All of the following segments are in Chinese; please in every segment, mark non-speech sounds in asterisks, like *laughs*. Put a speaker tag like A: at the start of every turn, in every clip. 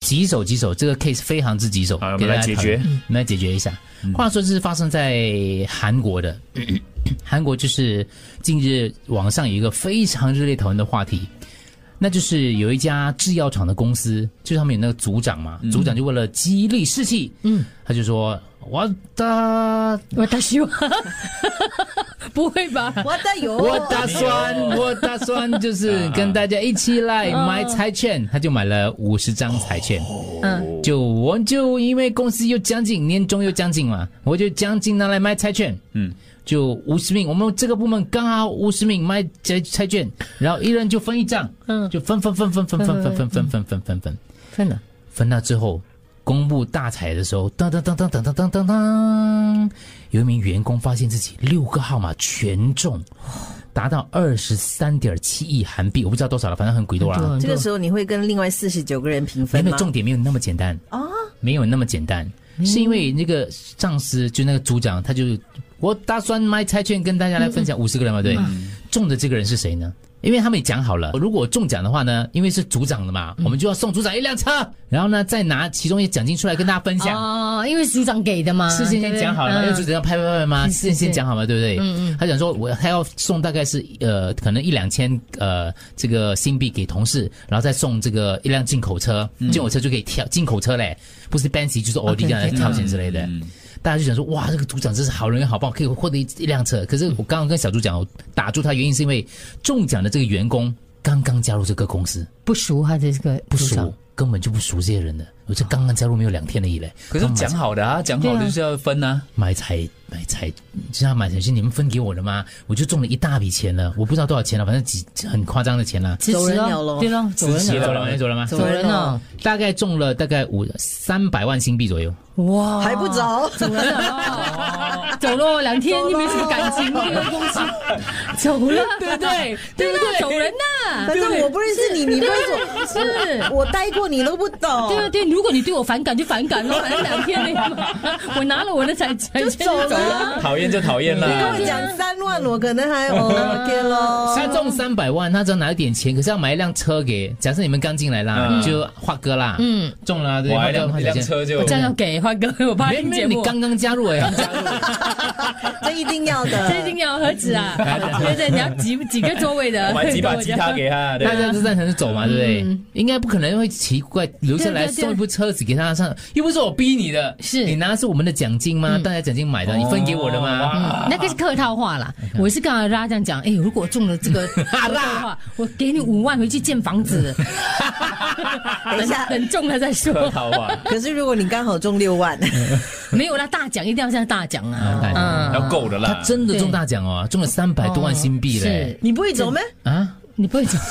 A: 棘手棘手，这个 case 非常之棘手，
B: 好我们
A: 给大
B: 来
A: 家
B: 解
A: 讨论
B: 决，嗯
A: 我们来解决一下。话说这是发生在韩国
B: *coughs*
A: 的，韩国就是近日网上有一个非常热烈讨论的话题，那就是有一家制药厂的公司，就是他们有那个组长嘛，
B: 嗯
A: 组长就为了激励士气，嗯，他就说我的
C: 我大
D: *laughs*
C: 希望不会吧？
D: 我的
C: 哦
D: 有，
A: 我打算，
C: *laughs*
A: 我打算就是跟大家一起来买彩券，他就买了五十张彩券。
C: 嗯
A: 就我就因为公司又将近年终又将近嘛，我就将近拿来卖彩券。嗯，就五十名，我们这个部门刚好五十名卖彩彩券，然后一人就分一张，
C: 嗯
A: 就分分分分分分分分分分分分分
C: 真的，
A: 分到之后。公布大彩的时候，当当当当当当当当当，有一名员工发现自己六个号码全中，达到二十三点七亿韩币，我不知道多少了，反正很鬼多啦。
D: 这个时
C: 候
D: 候你会跟另外四十九个人平
A: 没
D: 分
A: 有没有
D: 吗？哦嗯
A: 重点没有那么简单啊，没有那么简单，是因为那个上司就那个组长，他就我打算买彩券跟大家来分
D: 嗯
A: 享五十个人嘛，对，中的这个人是谁呢？因为他们也讲好了，如果中奖的话呢，因为是组长的嘛，
D: 嗯
A: 我们就要送组长一辆车，然后呢再拿其中一奖金出来跟大家分享。
C: 哦，因为组长给的嘛，嗯
A: 事先先讲好了嘛，因为组
C: 长
A: 长要拍拍拍嘛，
C: 是
A: 事先先
C: 是
A: 讲好嘛，对不对？嗯嗯。他讲说，我他要送大概是呃，可能一两千呃这个新币给同事，然后再送这个一辆进口车，
C: 嗯
A: 进口车就可以跳进口车嘞，不是 Benz 就是奥迪这
C: OK，
A: 样来
C: OK，
A: 跳钱之类
C: 嗯
A: 的。大家就想说，哇，这个组长真是好人缘好棒，可以获得一一辆车。可是我刚刚跟小朱讲，我打住他原因是因为中奖的这个员工刚刚加入这个公司，
C: 不熟他的这个
A: 不
C: 组长
A: 熟，根本就不熟这些人的。我这刚刚加入没有两天而已嘞。
B: 可是讲好的啊，讲好的就是要分啊。
A: 买彩买彩，就像买彩是你们分给我的吗？我就中了一大笔钱了，我不知道多少钱了，反正几很夸张的钱了。
C: 辞
D: 走
C: 职
D: 人
C: 咯
D: 了咯
C: 对咯，走人
B: 辞职
C: 了，
A: 走了没？走了吗？
C: 走人了，
A: 大概中了大概五三百万新币左右。
C: 哇，
D: *laughs* 还不走，
C: 走人了哦， *laughs* 走了两天，你没什么感情，这个公司走了，对不对？对不对？走人呐，
D: 反正我不认识你，你不认识我，
C: 是。
D: 我待过你都不懂，
C: 对啊，对，如果你对我反感就反感
D: *laughs*
C: 了，反正两天了嘛，我拿了我的彩彩
D: 就
C: 券
D: 走
C: 走
D: 了。
A: 啊
B: 讨厌就讨厌
D: 你跟
B: 啦
D: 我，讲三万，我可能还哦 OK 咯。
A: 他中三百万，他只要拿一点钱，可是要买一辆车给。假设你们刚进来啦，
B: 嗯
A: 就华哥啦，
C: 嗯，
A: 中了啊对，
B: 哇，
A: 华
B: 一
A: 哥
B: 辆
A: 花
B: 一
A: 小
B: 辆
A: 钱。
B: 车就
C: 我这样要给花哥，我怕
A: 没
C: 听
A: 没
C: 节
A: 有，你
C: 目。啊
A: 刚刚加入哎、
D: 这一定要
A: 呃
D: 的，
C: 这一定要何止啊？对对，你要几几个座位的？
B: 买几
C: *laughs*
B: 把吉他给他，对
C: 啊
A: 大，家都赞成走嘛，对不对？应该不可能会奇怪留下来
C: 嗯对对对
A: 送一部车子给他上，又不是我逼你的，
C: 是嗯哦
A: 你拿的是我们的奖金吗？大家奖金买的，你分给我的嗯吗？
B: 哦哇
C: 那个是客套话啦，我是跟大家这样讲，哎，如果中了
A: *laughs*
C: 这个
A: 啦
C: 的话，我给你五万回去建
A: *laughs*
C: 房子，
D: 等一
C: 等
D: *laughs* 下。
C: 等中了再
B: 客
C: 说。
B: 套
A: *laughs*
B: 话，
D: 可是如果你刚好中六万，
A: 嗯
C: 没有啦，大奖一定要像大奖啊，
A: 大奖
C: 嗯
B: 要够的
A: 他
B: 啦。
A: 真的中大奖哦，中了三百多万新币嘞！
C: 哦是
D: 你不会走咩？
A: 啊，
C: 你不会走，
A: *laughs*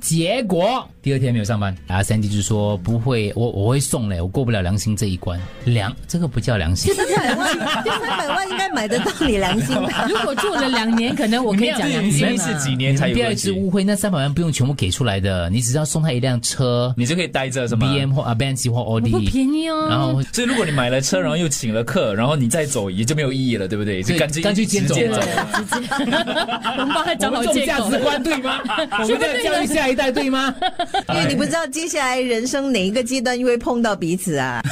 A: 结果第二天没有上班，然后三弟就说不会，我我会送嘞，我过不了良心这一关。良，这个不叫良心。
D: *laughs* 三百万，这三百万应该买得到你良心 *laughs* 吧？
C: 如果做了两年，可能我可以讲两
B: 你
A: *laughs*
C: 年
B: 面
C: 了
B: 试几年才有
A: 第二
B: 关
A: 次
B: 系，
A: 误会，那三百万不用全部给出来的，你只要送他一辆车
B: 你就可以待着什么？
A: ，B M 或 a b e n z 或奥
C: 不
A: 迪，
C: 便宜哦。
A: 然后
B: 所以如果你买了车，然后又请了客，然后你再走也就没有意义了，对不对？就
A: 对
B: 干脆
A: 干脆
B: 直
A: 先走
B: 接走
A: 了。
C: *laughs* 我们帮他找好
A: 这种
C: 借
A: 价
C: 口
A: 值。观对吗？ *laughs* 我们在教育下一代对吗？
D: 因为你不知道接下来人生哪一个阶段又会碰到彼此啊。